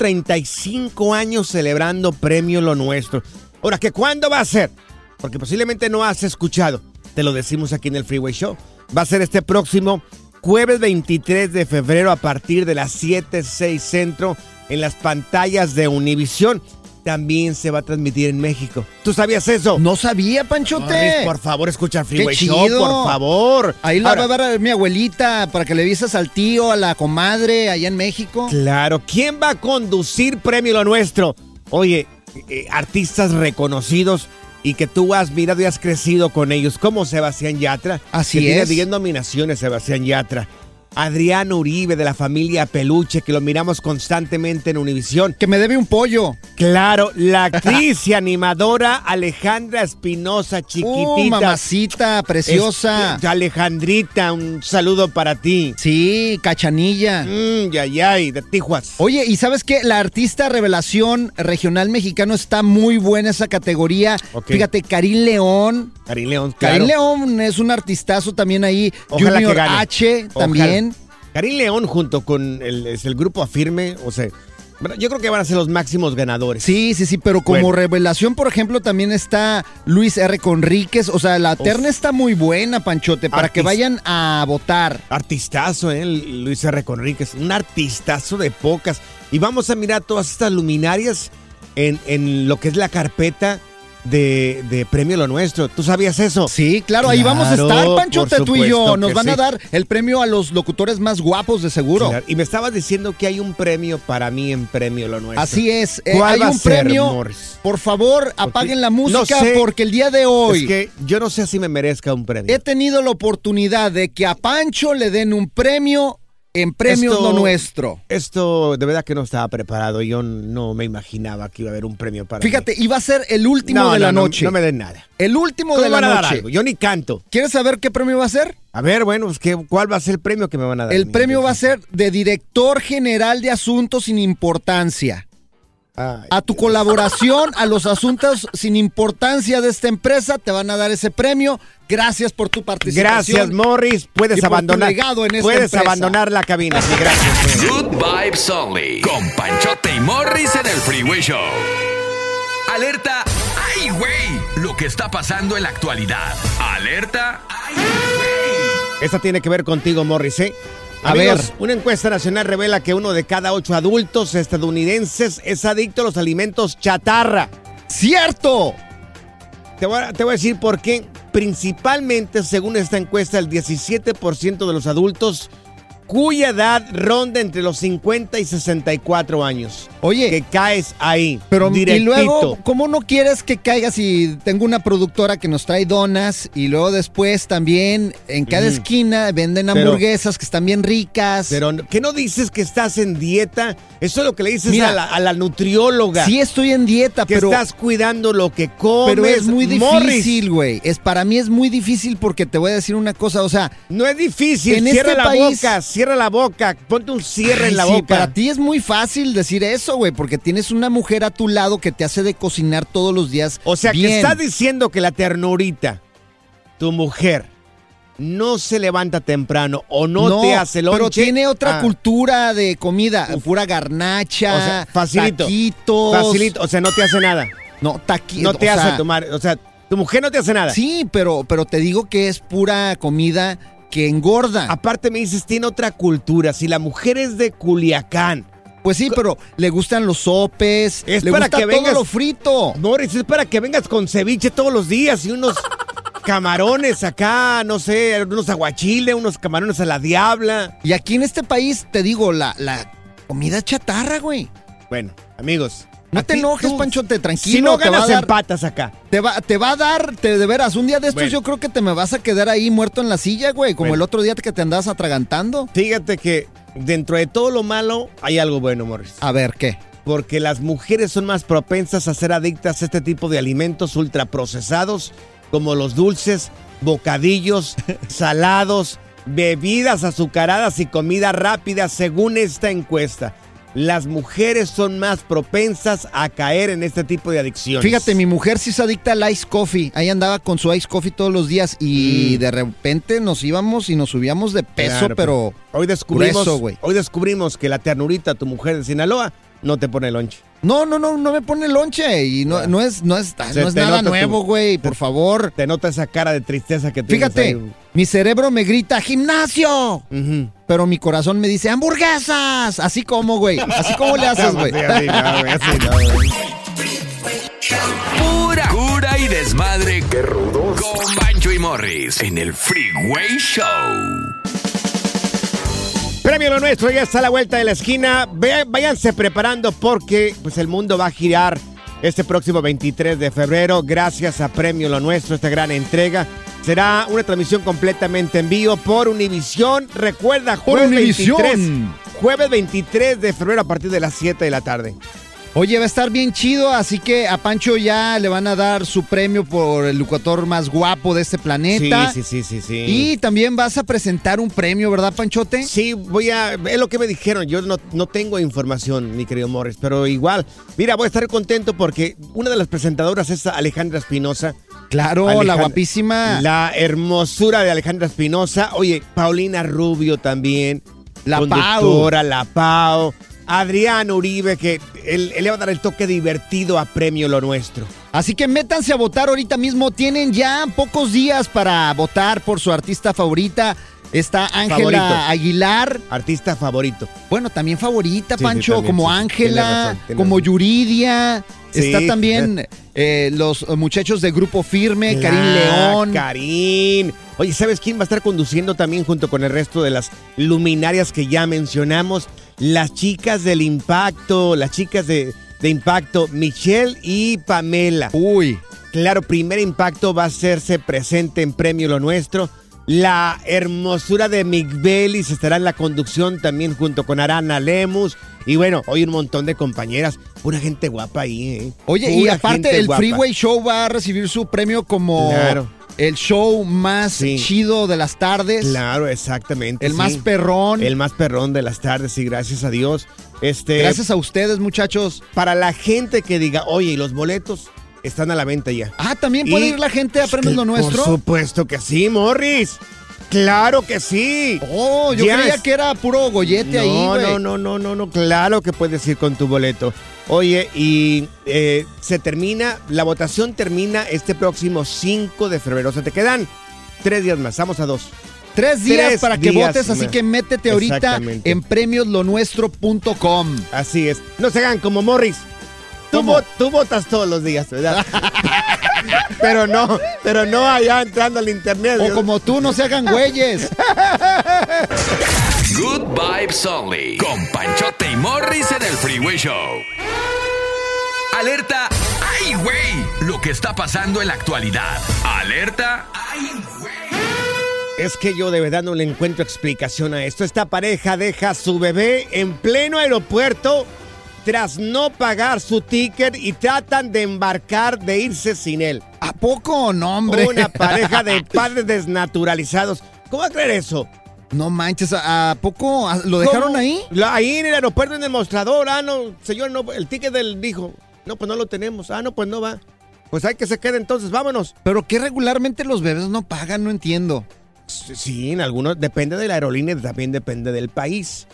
35 años celebrando Premio Lo Nuestro. Ahora, ¿que cuándo va a ser? Porque posiblemente no has escuchado. Te lo decimos aquí en el Freeway Show. Va a ser este próximo jueves 23 de febrero a partir de las 7, 6 centro en las pantallas de Univisión. También se va a transmitir en México. ¿Tú sabías eso? No sabía, Panchote. Morris, por favor, escucha el Qué Freeway chido. Show, por favor. Ahí la Ahora, va a ver mi abuelita para que le avisas al tío, a la comadre allá en México. Claro, ¿quién va a conducir Premio Lo Nuestro? Oye, eh, artistas eh, reconocidos y que tú has mirado y has crecido con ellos, como Sebastián Yatra. Así que Tiene es. 10 nominaciones, Sebastián Yatra. Adrián Uribe de la familia Peluche, que lo miramos constantemente en Univisión. Que me debe un pollo. Claro, [laughs] la actriz y animadora Alejandra Espinosa, chiquitita. Uh, mamacita preciosa. Este, Alejandrita, un saludo para ti. Sí, cachanilla. Mmm, yay, ay, de Tijuas. Oye, ¿y sabes qué? La artista revelación regional mexicano está muy buena esa categoría. Ok. Fíjate, Karim León. Karim León, claro. Karim León es un artistazo también ahí. Ojalá Junior que gane. H también. Ojalá. Karim León junto con el, es el grupo Afirme, o sea, bueno, yo creo que van a ser los máximos ganadores. Sí, sí, sí, pero como Bueno. revelación, por ejemplo, también está Luis R. Conríquez. O sea, la terna está muy buena, Panchote, para que Artista. vayan a votar. Artistazo, ¿eh? Luis R. Conríquez, un artistazo de pocas. Y vamos a mirar todas estas luminarias en, en lo que es la carpeta de, de Premio Lo Nuestro. ¿Tú sabías eso? Sí, Claro, ahí vamos a estar, por Panchote, tú y supuesto yo. Nos que van a sí. dar el premio a los locutores más guapos, de seguro. Claro, Y me estabas diciendo que hay un premio para mí en Premio Lo Nuestro. Así es. eh, ¿Cuál hay va a un ser, premio. Morris? Por favor, apaguen la música No sé. porque el día de hoy Es que yo no sé si me merezca un premio. he tenido la oportunidad de que a Pancho le den un premio en Premios Esto- Lo Nuestro. Esto de verdad que no estaba preparado. Yo no me imaginaba que iba a haber un premio para mí. Fíjate, iba a ser el último No, de no, la no, noche. No, me den nada. El último ¿Cómo de me la van a dar noche. algo? Yo ni canto. ¿Quieres saber qué premio va a ser? A ver, bueno, pues, ¿qué- ¿cuál va a ser el premio que me van a dar? El premio va a ser de Director General de Asuntos sin Importancia. Ay, A tu [laughs] colaboración a los asuntos sin importancia de esta empresa te van a dar ese premio. Gracias por tu participación. Gracias, Morris. Puedes Y por tu abandonar. legado en esta puedes empresa. abandonar la cabina. Sí, gracias. Good Vibes Only. Con Panchote y Morris en el Freeway Show. Alerta. ¡Ay, güey! Lo que está pasando en la actualidad. Alerta. Esta tiene que ver contigo, Morris, ¿eh? A Amigos, ver. una encuesta nacional revela que uno de cada ocho adultos estadounidenses es adicto a los alimentos chatarra. ¡Cierto! Te voy, a, te voy a decir por qué. Principalmente, según esta encuesta, el 17% de los adultos cuya edad ronda entre los 50 y 64 años. Oye. Que caes ahí. Pero directito. y luego, ¿cómo no quieres que caigas si tengo una productora que nos trae donas y luego después también en cada Ujú. esquina venden Pero- hamburguesas que están bien ricas? Pero, ¿qué no dices que estás en dieta? Eso es lo que le dices Mira, a, la, a la nutrióloga. sí estoy en dieta, que pero estás cuidando lo que comes. pero es muy Morris. difícil, güey. Es para mí es muy difícil porque te voy a decir una cosa, o sea, No es difícil. En cierra este la país- boca, cierra la boca. Ponte un cierre ay, en la sí, boca. para ti es muy fácil decir eso, güey, porque tienes una mujer a tu lado que te hace de cocinar todos los días. O sea, bien. que estás diciendo que la ternurita, tu mujer, no se levanta temprano o no, te hace lonche. Pero tiene otra Ah, cultura de comida, pura garnacha, O sea, facilito. taquitos. Facilito, o sea, no te hace nada. No, taquitos. No te hace tomar, o sea, tu mujer no te hace nada. Sí, pero, pero te digo que es pura comida que engorda. Aparte me dices, tiene otra cultura. Si la mujer es de Culiacán, Pues sí, pero le gustan los sopes, Es le para gusta que todo vengas- lo frito. Morris, es para que vengas con ceviche todos los días y [laughs] unos camarones acá, no sé, unos aguachiles, unos camarones a la diabla. Y aquí en este país, te digo, la, la comida es chatarra, güey. Bueno, amigos. No a te ti- enojes, tú- Panchote, tranquilo. Si no te va ganas a dar- empatas acá. Te va, te va a dar, te de veras, un día de estos Bueno. yo creo que te me vas a quedar ahí muerto en la silla, güey, como Bueno. el otro día que te andabas atragantando. Fíjate que dentro de todo lo malo hay algo bueno, Morris. A ver, ¿qué? Porque las mujeres son más propensas a ser adictas a este tipo de alimentos ultraprocesados, como los dulces, [laughs] bocadillos, salados, bebidas azucaradas y comida rápida, según esta encuesta. Las mujeres son más propensas a caer en este tipo de adicciones. Fíjate, mi mujer sí se adicta al ice coffee. Ahí andaba con su ice coffee todos los días y Mm. de repente nos íbamos y nos subíamos de peso, Claro, pero hoy descubrimos, grueso, güey. hoy descubrimos que la ternurita, tu mujer de Sinaloa, no te pone lonche. no, no, no, no me pone lonche y no, no es, no es, Se no es te nada nota tu- nuevo, güey. Por favor, Te nota esa cara de tristeza que tienes. fíjate, ahí. mi cerebro me grita gimnasio, Ujú. pero mi corazón me dice hamburguesas. Así como, güey, así como le haces, güey. Sí, así [laughs] no, güey, así no, güey. Pura cura y desmadre. ¡Qué rudos! Con Pancho y Morris en el Freeway Show. Premio Lo Nuestro ya está a la vuelta de la esquina. Ve- váyanse preparando porque pues, el mundo va a girar este próximo 23 de febrero, gracias a Premio Lo Nuestro, esta gran entrega. Será una transmisión completamente en vivo por Univisión. Recuerda, Por jueves Univisión. 23, jueves 23 de febrero a partir de las 7 de la tarde. Oye, va a estar bien chido, así que a Pancho ya le van a dar su premio por el locutor más guapo de este planeta. Sí, sí, sí, sí, sí. Y también vas a presentar un premio, ¿verdad, Panchote? Sí, voy a. Es lo que me dijeron. Yo no, no tengo información, mi querido Morris, pero igual. Mira, voy a estar contento porque una de las presentadoras es Alejandra Espinosa. Claro, la Alejandra- guapísima. La hermosura de Alejandra Espinosa. Oye, Paulina Rubio también. La Pau. conductora, La Pau. Adrián Uribe, que él, él le va a dar el toque divertido a Premio Lo Nuestro. Así que métanse a votar ahorita mismo. Tienen ya pocos días para votar por su artista favorita. Está Favorito. Ángela Aguilar. Artista favorito. Bueno, también favorita, Sí, sí, Pancho, también, sí, como sí, tienes Ángela, razón, tienes como razón. Yuridia. Sí, Está también eh, los muchachos de Grupo Firme, Karim Claro, León. Karim. Oye, ¿sabes quién va a estar conduciendo también junto con el resto de las luminarias que ya mencionamos? Las chicas del impacto, las chicas de, de impacto, Michelle y Pamela. Uy. Claro, primer impacto va a hacerse presente en Premio Lo Nuestro. La hermosura de Mick Bellis estará en la conducción también junto con Arana Lemus. Y bueno, hoy un montón de compañeras. Pura gente guapa ahí, ¿eh? Oye, y Pura aparte gente el guapa. Freeway Show va a recibir su premio como Claro. el show más chido de las tardes. Claro, exactamente. El sí. más perrón. El más perrón de las tardes, y gracias a Dios. Este, Gracias a ustedes, muchachos. Para la gente que diga, oye, ¿y los boletos están a la venta ya. Ah, también puede Y- ir la gente a Premios Lo Nuestro. Por supuesto que sí, Morris. Claro que sí. Oh, yo Yes. creía que era puro gollete no, ahí, güey. No, no, no, no, no, claro que puedes ir con tu boleto. Oye, y eh, se termina, la votación termina este próximo 5 de febrero. O sea, te quedan tres días más, vamos a dos. Tres días para que días votes, así más. que métete ahorita Exactamente. en premioslonuestro.com. Así es. No se hagan como Morris. Tú, vo- tú votas todos los días, [laughs] ¿verdad? [laughs] pero no, pero no allá entrando al internet. O como tú, no se hagan [laughs] güeyes. Good vibes only. Con Panchote y Morris en el Freeway Show. Alerta. ¡Ay, güey! Lo que está pasando en la actualidad. Alerta. Es que yo de verdad no le encuentro explicación a esto. Esta pareja deja a su bebé en pleno aeropuerto tras no pagar su ticket y tratan de embarcar, de irse sin él. ¿A poco no, hombre? Una pareja [laughs] de padres desnaturalizados. ¿Cómo va a creer eso? No manches, ¿a a poco a- lo dejaron ¿Cómo? ahí? La- ahí en el aeropuerto, en el mostrador. Ah, no, señor, no, el ticket del dijo. No, pues no lo tenemos. Ah, no, pues no va. Pues hay que se quede entonces, vámonos. Pero que regularmente los bebés no pagan, no entiendo. Sí, en algunos, depende de la aerolínea, también depende del país.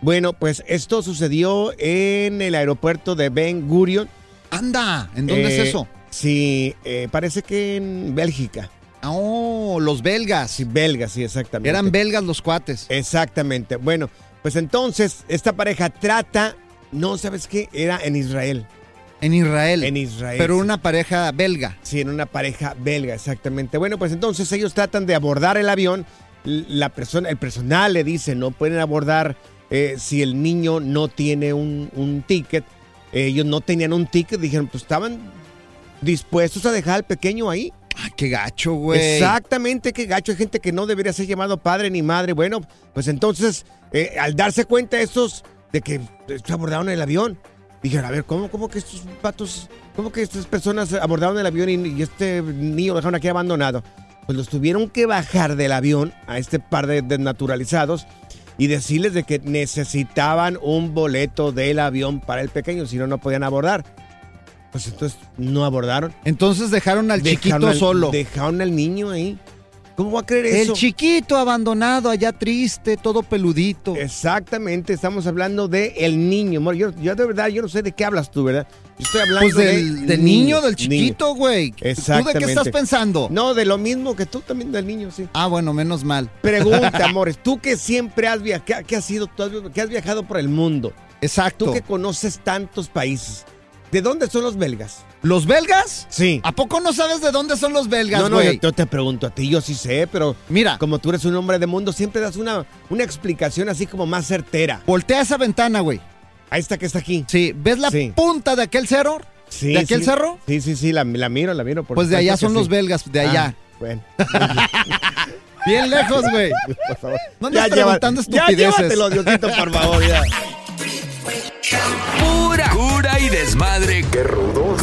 Bueno, pues esto sucedió en el aeropuerto de Ben Gurion. Anda, ¿en dónde Eh, es eso? Sí, eh, parece que en Bélgica. Oh, los belgas. Sí, belgas, sí, exactamente. Eran belgas los cuates. Exactamente. Bueno, pues entonces esta pareja trata, no, ¿sabes qué? Era en Israel. En Israel. En Israel. Pero sí. una pareja belga. Sí, en una pareja belga, exactamente. Bueno, pues entonces ellos tratan de abordar el avión. L- La persona, el personal le dice, no pueden abordar eh, si el niño no tiene un, un ticket. Eh, ellos no tenían un ticket, dijeron, pues estaban dispuestos a dejar al pequeño ahí. Ah, qué gacho, güey. Exactamente, qué gacho. Hay gente que no debería ser llamado padre ni madre. Bueno, pues entonces, eh, al darse cuenta estos de que eh, abordaron el avión, dijeron, a ver, ¿cómo, cómo que estos patos, cómo que estas personas abordaron el avión y, y este niño lo dejaron aquí abandonado? Pues los tuvieron que bajar del avión a este par de desnaturalizados y decirles de que necesitaban un boleto del avión para el pequeño, si no, no podían abordar. Pues entonces no abordaron. Entonces dejaron al chiquito Dejaron al- solo. Dejaron al niño ahí. ¿Cómo va a creer El eso? chiquito abandonado, allá triste, todo peludito. Exactamente, estamos hablando de el niño. amor. Yo, yo de verdad, yo no sé de qué hablas tú, ¿verdad? Yo estoy hablando Pues de del, del niño, del chiquito, güey. ¿Tú de Exactamente. qué estás pensando? No, de lo mismo que tú también del niño, sí. Ah, bueno, menos mal. [laughs] Pregunta, amores, tú que siempre has viajado, que has sido, tú has, que has viajado por el mundo, Exacto. tú que conoces tantos países, ¿de dónde son los belgas? ¿Los belgas? Sí. ¿A poco no sabes de dónde son los belgas, No, no, güey? yo, yo te pregunto a ti, yo sí sé, pero Mira, como tú eres un hombre de mundo, siempre das una, una explicación así como más certera. voltea esa ventana, güey. A esta que está aquí. Sí, ¿ves la Sí. punta de aquel cerro? Sí, ¿De aquel sí. cerro? Sí, sí, sí, la, la miro, la miro. por Pues de supuesto allá que son sí. los belgas, de Ah, allá. bueno. [laughs] Bien lejos, güey. [laughs] Por favor. No andes Ya lleva- preguntando ya estupideces. llévatelo, Diosito, por favor, ya. Pura cura y desmadre. Qué rudos.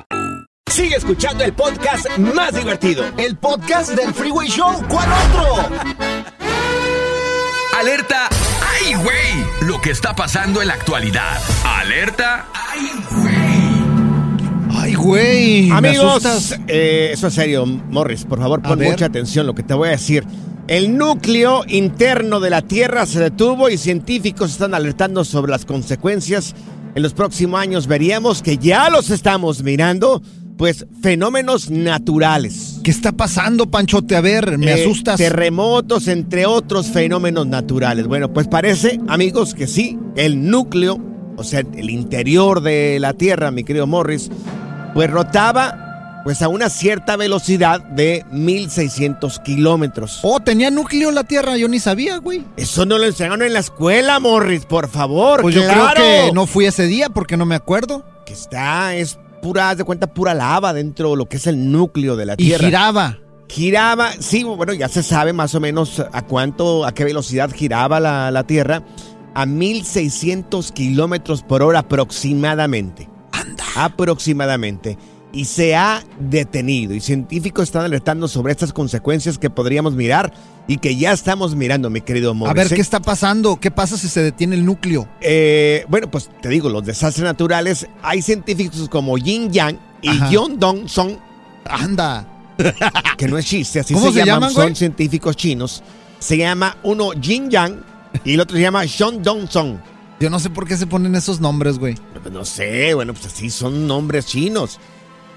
Sigue escuchando el podcast más divertido. El podcast del Freeway Show. ¿Cuál otro? Alerta. ¡Ay, güey! Lo que está pasando en la actualidad. Alerta. Ay, güey. me Mm. Amigos, asustas. eh, eso es serio, Morris, por favor, pon ver. mucha atención lo que te voy a decir. El núcleo interno de la Tierra se detuvo y científicos están alertando sobre las consecuencias. En los próximos años veríamos que ya los estamos mirando, pues fenómenos naturales. ¿Qué está pasando, Panchote? A ver, me Eh, asustas. Terremotos, entre otros fenómenos naturales. Bueno, pues parece, amigos, que sí, el núcleo, o sea, el interior de la Tierra, mi querido Morris, pues rotaba pues a una cierta velocidad de 1600 kilómetros. Oh, tenía núcleo la Tierra, yo ni sabía, güey. Eso no lo enseñaron en la escuela, Morris, por favor. Pues yo claro. creo que no fui ese día porque no me acuerdo. Que está, es pura, haz de cuenta, pura lava dentro de lo que es el núcleo de la Y Tierra. giraba. Giraba, sí, bueno, ya se sabe más o menos a cuánto, a qué velocidad giraba la, la Tierra. A 1600 kilómetros por hora aproximadamente. Anda. Aproximadamente. Y se ha detenido. Y científicos están alertando sobre estas consecuencias que podríamos mirar y que ya estamos mirando, mi querido Morris. A ver, ¿eh? ¿qué está pasando? ¿Qué pasa si se detiene el núcleo? Eh, bueno, pues te digo, los desastres naturales, hay científicos como Yin Yang y Ajá. John Dong Song, Anda. [laughs] que no es chiste, así ¿Cómo se, se llaman, llaman, güey? son científicos chinos. Se llama uno Yin Yang y el otro se llama Sean Dong Song. Yo no sé por qué se ponen esos nombres, güey. Pues No sé, bueno, pues así son nombres chinos.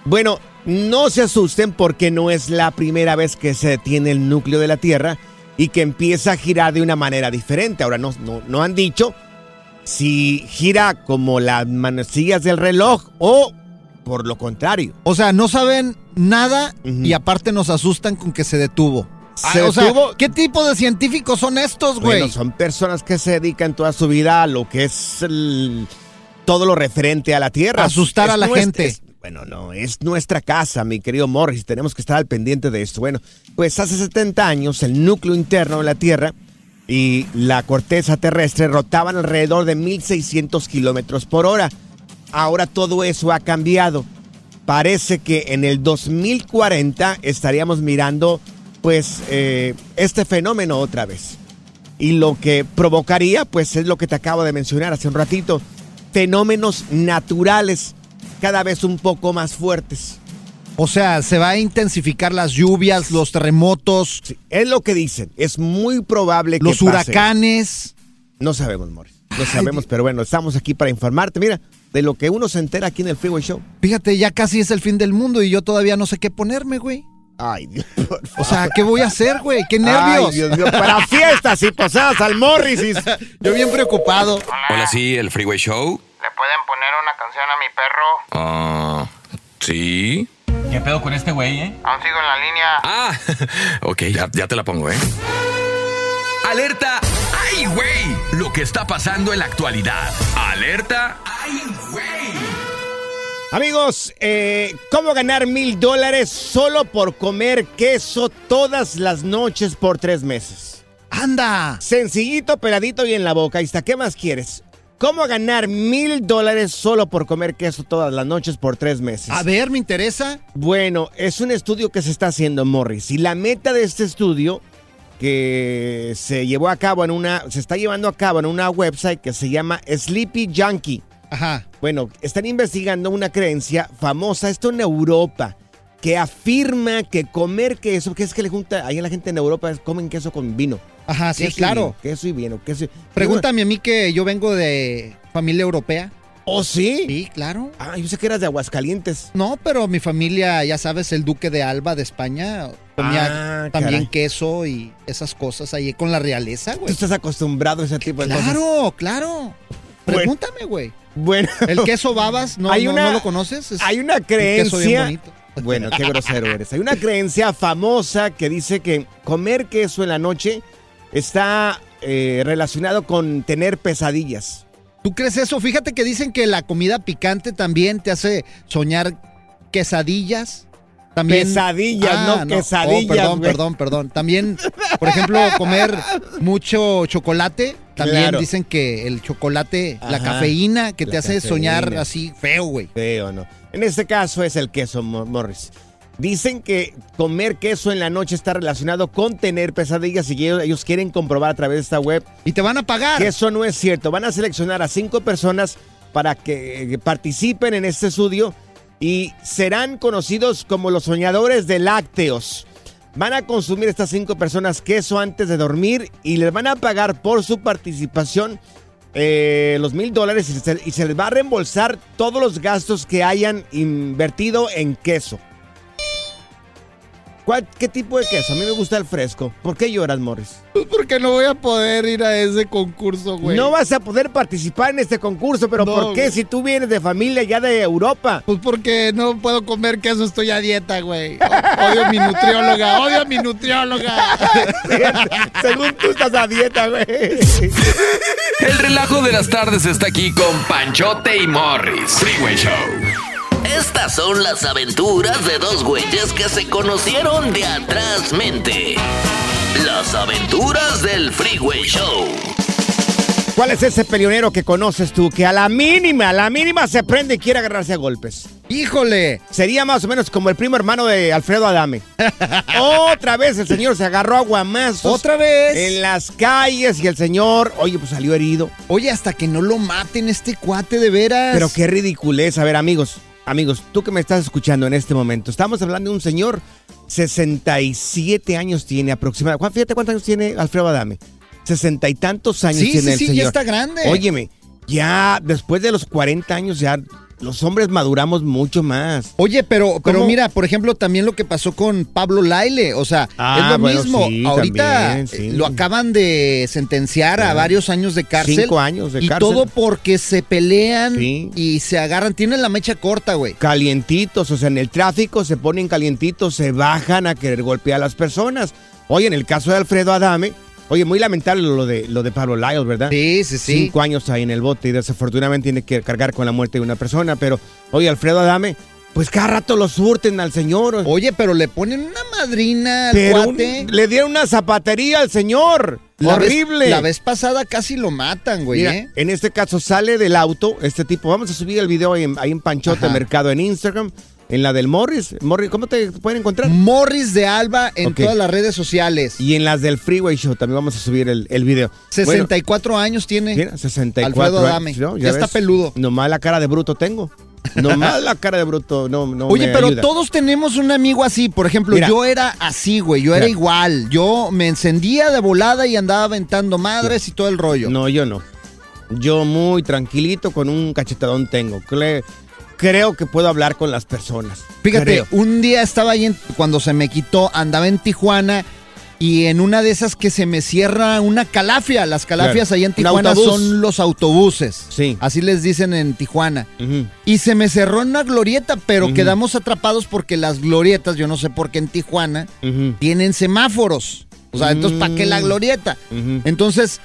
Bueno, no se asusten porque no es la primera vez que se detiene el núcleo de la Tierra y que empieza a girar de una manera diferente. Ahora no, no, no han dicho si gira como las manecillas del reloj o por lo contrario. O sea, no saben nada Ujú. y aparte nos asustan con que se detuvo. Se Ah, o sea, detuvo. ¿qué tipo de científicos son estos, güey? Bueno, son personas que se dedican toda su vida a lo que es el- todo lo referente a la tierra. Asustar a la nuestra- gente. es- bueno, no, es nuestra casa, mi querido Morris. Tenemos que estar al pendiente de esto. Bueno, pues hace 70 años el núcleo interno de la tierra y la corteza terrestre rotaban alrededor de 1600 kilómetros por hora. Ahora todo eso ha cambiado. Parece que en el 2040 estaríamos mirando pues eh, este fenómeno otra vez. Y lo que provocaría, pues es lo que te acabo de mencionar hace un ratito, fenómenos naturales cada vez un poco más fuertes. O sea, se va a intensificar las lluvias, los terremotos, Sí, es lo que dicen, es muy probable que los pase. huracanes. No sabemos, Morris, no sabemos, pero bueno, estamos aquí para informarte, mira, de lo que uno se entera aquí en el Freeway Show. Fíjate, ya casi es el fin del mundo y yo todavía no sé qué ponerme, güey. Ay, Dios, por favor. O sea, ¿qué voy a hacer, güey? ¡Qué Ay, nervios! Dios mío, para fiestas y posadas al Morris. y- [laughs] Yo bien preocupado. Hola, sí, el Freeway Show. ¿Le pueden poner una canción a mi perro? Ah, sí. ¿Qué pedo con este güey, [laughs] eh? Aún sigo en la línea. Ah, ok, ya, ya te la pongo, ¿eh? ¡Alerta! ¡Ay, güey! Lo que está pasando en la actualidad. Alerta. ¡Ay, Amigos, eh, ¿cómo ganar mil dólares solo por comer queso todas las noches por tres meses? ¡Anda! Sencillito, peladito y en la boca. Ahí está, ¿qué más quieres? ¿Cómo ganar mil dólares solo por comer queso todas las noches por tres meses? A ver, me interesa. Bueno, es un estudio que se está haciendo, Morris. Y la meta de este estudio, que se llevó a cabo en una. se está llevando a cabo en una website que se llama Sleepy Junkie. Ajá. Bueno, están investigando una creencia famosa, esto en Europa, que afirma que comer queso, que es que le junta, ahí la gente en Europa es, comen queso con vino. Ajá, sí, Queso y claro. vino, queso y vino, queso y- Pregúntame a mí que yo vengo de familia europea. ¿Oh, sí? Sí, claro. Ah, yo sé que eras de Aguascalientes. No, pero mi familia, ya sabes, el duque de Alba de España comía Ah, también caray. queso y esas cosas ahí con la realeza, Tú güey. estás acostumbrado a ese tipo de cosas. Claro, claro. Bueno. Pregúntame, güey. Bueno. El queso [laughs] babas, ¿no, Hay no- una- no lo conoces? Es Hay una un queso bien creencia. bonito. [laughs] Bueno, qué grosero eres. Hay una creencia famosa que dice que comer queso en la noche está eh, relacionado con tener pesadillas. ¿Tú crees eso? Fíjate que dicen que la comida picante también te hace soñar quesadillas. También, Pesadillas, no Oh, quesadillas, perdón, güey. perdón, perdón. También, por ejemplo, comer mucho chocolate. También Claro. dicen que el chocolate, la Ajá. cafeína, que te La hace soñar cafeína. así feo, güey. Feo, ¿no? En este caso es el queso, Mo- Morris. Dicen que comer queso en la noche está relacionado con tener pesadillas y que ellos, ellos quieren comprobar a través de esta web Y te van a pagar. que eso no es cierto. Van a seleccionar a cinco personas para que eh, participen en este estudio y serán conocidos como los soñadores de lácteos. Van a consumir estas cinco personas queso antes de dormir y les van a pagar por su participación eh, los mil dólares y se- y se les va a reembolsar todos los gastos que hayan invertido en queso. ¿Cuál- ¿Qué tipo de queso? A mí me gusta el fresco. ¿Por qué lloras, Morris? Porque Pues, no voy a poder ir a ese concurso, güey. No vas a poder participar en este concurso, pero No, ¿por qué güey. si tú vienes de familia ya de Europa? Pues porque no puedo comer queso, estoy a dieta, güey. O- Odio a mi nutrióloga, odio a mi [laughs] nutrióloga. Según tú estás a dieta, güey. El relajo de las tardes está aquí con Panchote y Morris. Freeway Show. Estas son las aventuras de dos güeyes que se conocieron de atrás mente. Las aventuras del Freeway Show. ¿Cuál es ese peleonero que conoces tú que a la mínima, a la mínima se prende y quiere agarrarse a golpes? Híjole. Sería más o menos como el primo hermano de Alfredo Adame. Otra vez el señor se agarró a guamazos. Otra vez. En las calles y el señor, oye, pues salió herido. Oye, hasta que no lo maten este cuate de veras. Pero qué ridiculez. A ver, amigos, amigos, tú que me estás escuchando en este momento, estamos hablando de un señor, 67 años tiene aproximadamente. Juan, Fíjate cuántos años tiene Alfredo Adame. Sesenta y tantos años Sí, tiene sí, el sí, ya señor. está grande. Óyeme, ya después de los 40 años ya los hombres maduramos mucho más. Oye, pero, pero ¿Cómo? mira, por ejemplo, también lo que pasó con Pablo Laile. O sea, Ah, es lo bueno, mismo. sí, Ahorita también, sí. eh, lo acaban de sentenciar a Claro. varios años de cárcel. Cinco años de y cárcel. todo porque se pelean Sí. y se agarran. Tienen la mecha corta, güey. Calientitos, o sea, en el tráfico se ponen calientitos, se bajan a querer golpear a las personas. Oye, en el caso de Alfredo Adame, oye, muy lamentable lo de, lo de Pablo Lyle, ¿verdad? Sí, sí, sí. cinco años ahí en el bote y desafortunadamente tiene que cargar con la muerte de una persona. Pero, oye, Alfredo Adame, pues cada rato lo surten al señor. Oye, pero le ponen una madrina al Pero un- cuate. le dieron una zapatería al señor. La vez- Horrible. la vez pasada casi lo matan, güey. Mira, ¿eh? En este caso sale del auto este tipo. Vamos a subir el video ahí en, ahí en Panchote Ajá. Mercado en Instagram. En la del Morris. Morris, ¿cómo te pueden encontrar? Morris de Alba en Ok. todas las redes sociales. Y en las del Freeway Show también vamos a subir el, el video. Bueno, 64 años tiene. Mira, 64 Alfredo años, Adame. ¿no? Ya está ves, peludo. Nomás la cara de bruto tengo. [laughs] Nomás la cara de bruto. No, no Oye, me pero ayuda. todos tenemos un amigo así. Por ejemplo, Mira. yo era así, güey. Yo era Mira. igual. Yo me encendía de volada y andaba aventando madres y todo el rollo. No, yo no. Yo muy tranquilito con un cachetadón tengo. Cle- creo que puedo hablar con las personas. Fíjate, Creo. un día estaba ahí, en- cuando se me quitó, andaba en Tijuana y en una de esas que se me cierra una calafia. Las calafias Claro. ahí en Un Tijuana autobús. son los autobuses. Sí. Así les dicen en Tijuana. Ujú. Y se me cerró en una glorieta, pero Ujú. quedamos atrapados porque las glorietas, yo no sé por qué en Tijuana, Ujú. tienen semáforos. O sea, entonces, ¿para qué la Mm. glorieta? Ujú. Entonces,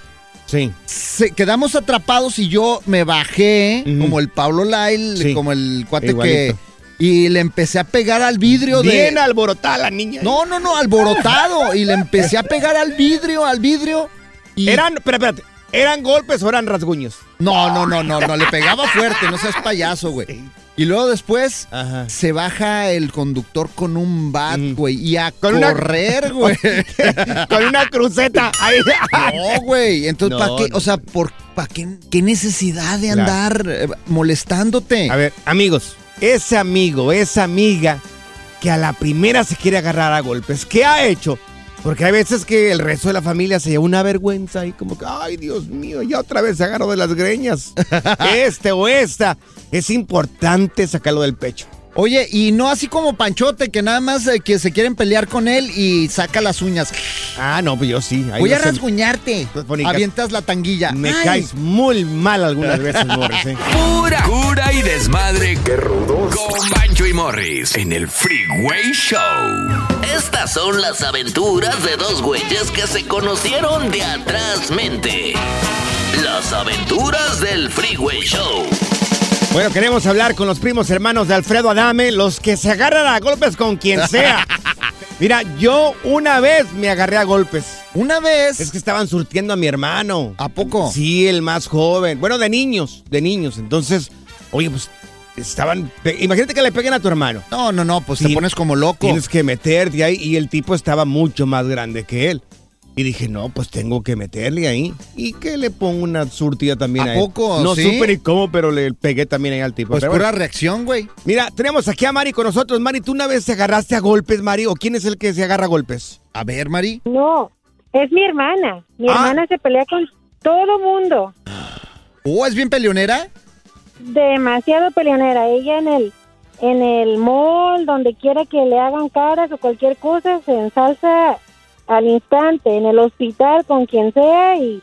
Sí. Se- quedamos atrapados y yo me bajé, como el Pablo Lyle, Sí. como el cuate Igualito. que. Y le empecé a pegar al vidrio de. Bien alborotada la niña. ¿eh? No, no, no, alborotado. y le empecé a pegar al vidrio, al vidrio. Y... Eran, espera, espérate, ¿eran golpes o eran rasguños? No, no, no, no, no, le pegaba fuerte, no seas payaso, güey. Y luego después se baja el conductor con un bat, güey, y a Mm. una- [laughs] correr, güey. Con una cruceta. Ahí. No, güey. No, Entonces, ¿para qué? no. O sea, ¿por pa' qué, qué necesidad de Claro. andar eh, molestándote? A ver, amigos, ese amigo, esa amiga que a la primera se quiere agarrar a golpes, ¿qué ha hecho? Porque hay veces que el resto de la familia se lleva una vergüenza y como que, ay Dios mío, ya otra vez se agarró de las [laughs] greñas. Este o esta, es importante sacarlo del pecho. Oye, y no así como Panchote, que nada más eh, que se quieren pelear con él y saca las uñas. Ah, no, pues yo sí. ahí Voy no a se- Pues, rasguñarte. Mónica, Avientas la tanguilla. Me Ay. caes muy mal [laughs] algunas veces, Morris. ¿eh? Pura cura y desmadre. Qué rudos. Con Bancho y Morris en el Freeway [laughs] Show. Estas son las aventuras de dos güeyes que se conocieron de atrás mente. Las aventuras del Freeway Show. Bueno, queremos hablar con los primos hermanos de Alfredo Adame, los que se agarran a golpes con quien sea. Mira, yo una vez me agarré a golpes. ¿Una vez? Es que estaban surtiendo a mi hermano. ¿A poco? Sí, el más joven. Bueno, de niños, de niños. Entonces, oye, pues estaban... pe- Imagínate que le peguen a tu hermano. No, no, no, pues te Sí. pones como loco. Tienes que meterte ahí. Y el tipo estaba mucho más grande que él. Y dije, no, pues tengo que meterle ahí. Y que le pongo una surtida también ¿A él. poco? No ¿Sí? supe ni cómo, pero le pegué también ahí al tipo. Pues Pero pura bueno. reacción, güey. Mira, tenemos aquí a Mari con nosotros. Mari, ¿tú una vez te agarraste a golpes, Mari? ¿O quién es el que se agarra a golpes? A ver, Mari. No, es mi hermana. Mi Ah. hermana se pelea con todo mundo. Oh, ¿es bien peleonera? Demasiado peleonera. Ella en el en el mall, donde quiera que le hagan caras o cualquier cosa, se ensalza al instante, en el hospital, con quien sea, y,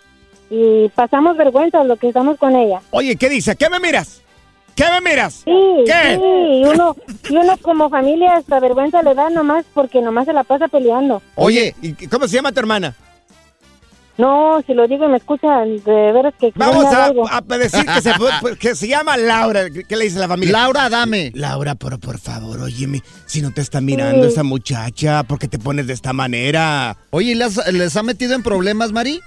y pasamos vergüenza lo que estamos con ella. Oye, ¿qué dice? ¿Qué me miras? ¿Qué me miras? Sí, ¿Qué? sí, y uno, y uno como familia hasta vergüenza le da nomás porque nomás se la pasa peleando. Oye, ¿y qué- cómo se llama tu hermana? No, si lo digo y me escuchan, de veras que... Vamos extraña a, algo. a decir que se, fue- [laughs] que se llama Laura. ¿Qué le dice la familia? Laura, dame. Laura, pero por favor, óyeme, si no te está mirando Sí. esa muchacha, ¿por qué te pones de esta manera? Oye, ¿y las- ¿les ha metido en problemas, Mari?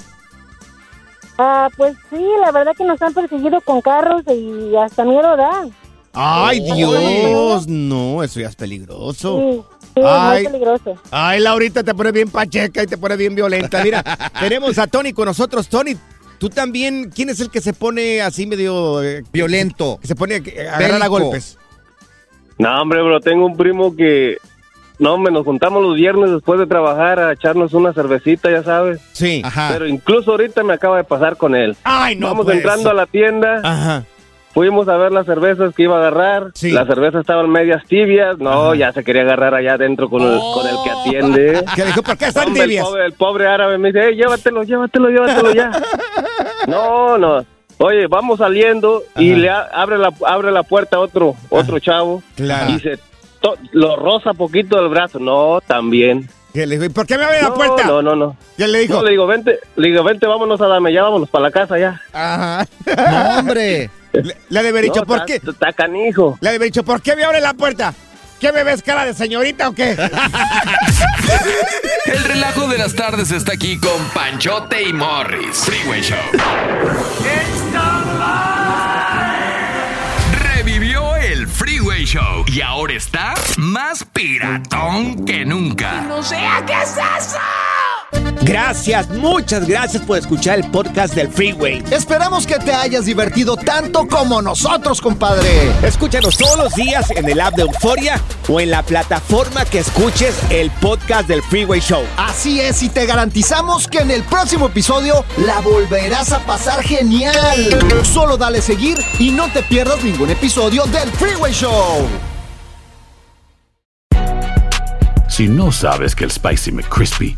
Ah, pues sí, la verdad que nos han perseguido con carros y hasta miedo da. Ay, Oh. Ay. Dios, no, eso ya es peligroso. Sí, sí, Ay. es muy peligroso. Ay, Laurita, te pone bien pacheca y te pone bien [laughs] violenta. Mira, tenemos a Tony con nosotros. Tony, tú también, ¿quién es el que se pone así medio... eh, Violento. que se pone a agarrar a Bélico. golpes? No, hombre, bro, tengo un primo que... No, hombre, nos juntamos los viernes después de trabajar a echarnos una cervecita, ya sabes. Sí. Pero incluso ahorita me acaba de pasar con él. Ay, no, Vamos pues. entrando a la tienda. Ajá. Fuimos a ver las cervezas que iba a agarrar. Las cervezas estaban medias tibias. No, ya se quería agarrar allá adentro con, el, con el que [laughs] atiende. ¿Qué Oh. dijo? ¿Por qué están Hombre, el tibias? pobre, el pobre árabe me dice, "Ey, llévatelo, llévatelo, llévatelo [laughs] ya. no, no. Oye, vamos saliendo y le a- abre la abre la puerta a otro otro chavo. Claro. Y se to- lo roza poquito del brazo. No, también. ¿Qué le dijo? ¿Y por qué me abre la No, puerta? No, no, no. ¿Qué le dijo? No, le digo, vente, le digo, vente, vámonos a dame, ya vámonos para la casa ya. Ajá. No, hombre. Le debe haber dicho, No, ¿por está- qué? Está canijo. Le debe haber dicho, ¿por qué me abre la puerta? ¿Qué me ves cara de señorita o qué? [laughs] El relajo de las tardes está aquí con Panchote y Morris. Freeway Show. Revivió el Freeway Show y ahora está más piratón que nunca. No sé a qué es eso. Gracias, muchas gracias por escuchar el podcast del Freeway. Esperamos que te hayas divertido tanto como nosotros, compadre. Escúchanos todos los días en el app de Euforia o en la plataforma que escuches el podcast del Freeway Show. Así es, y te garantizamos que en el próximo episodio la volverás a pasar genial. Solo dale seguir y no te pierdas ningún episodio del Freeway Show. Si no sabes que el Spicy McCrispy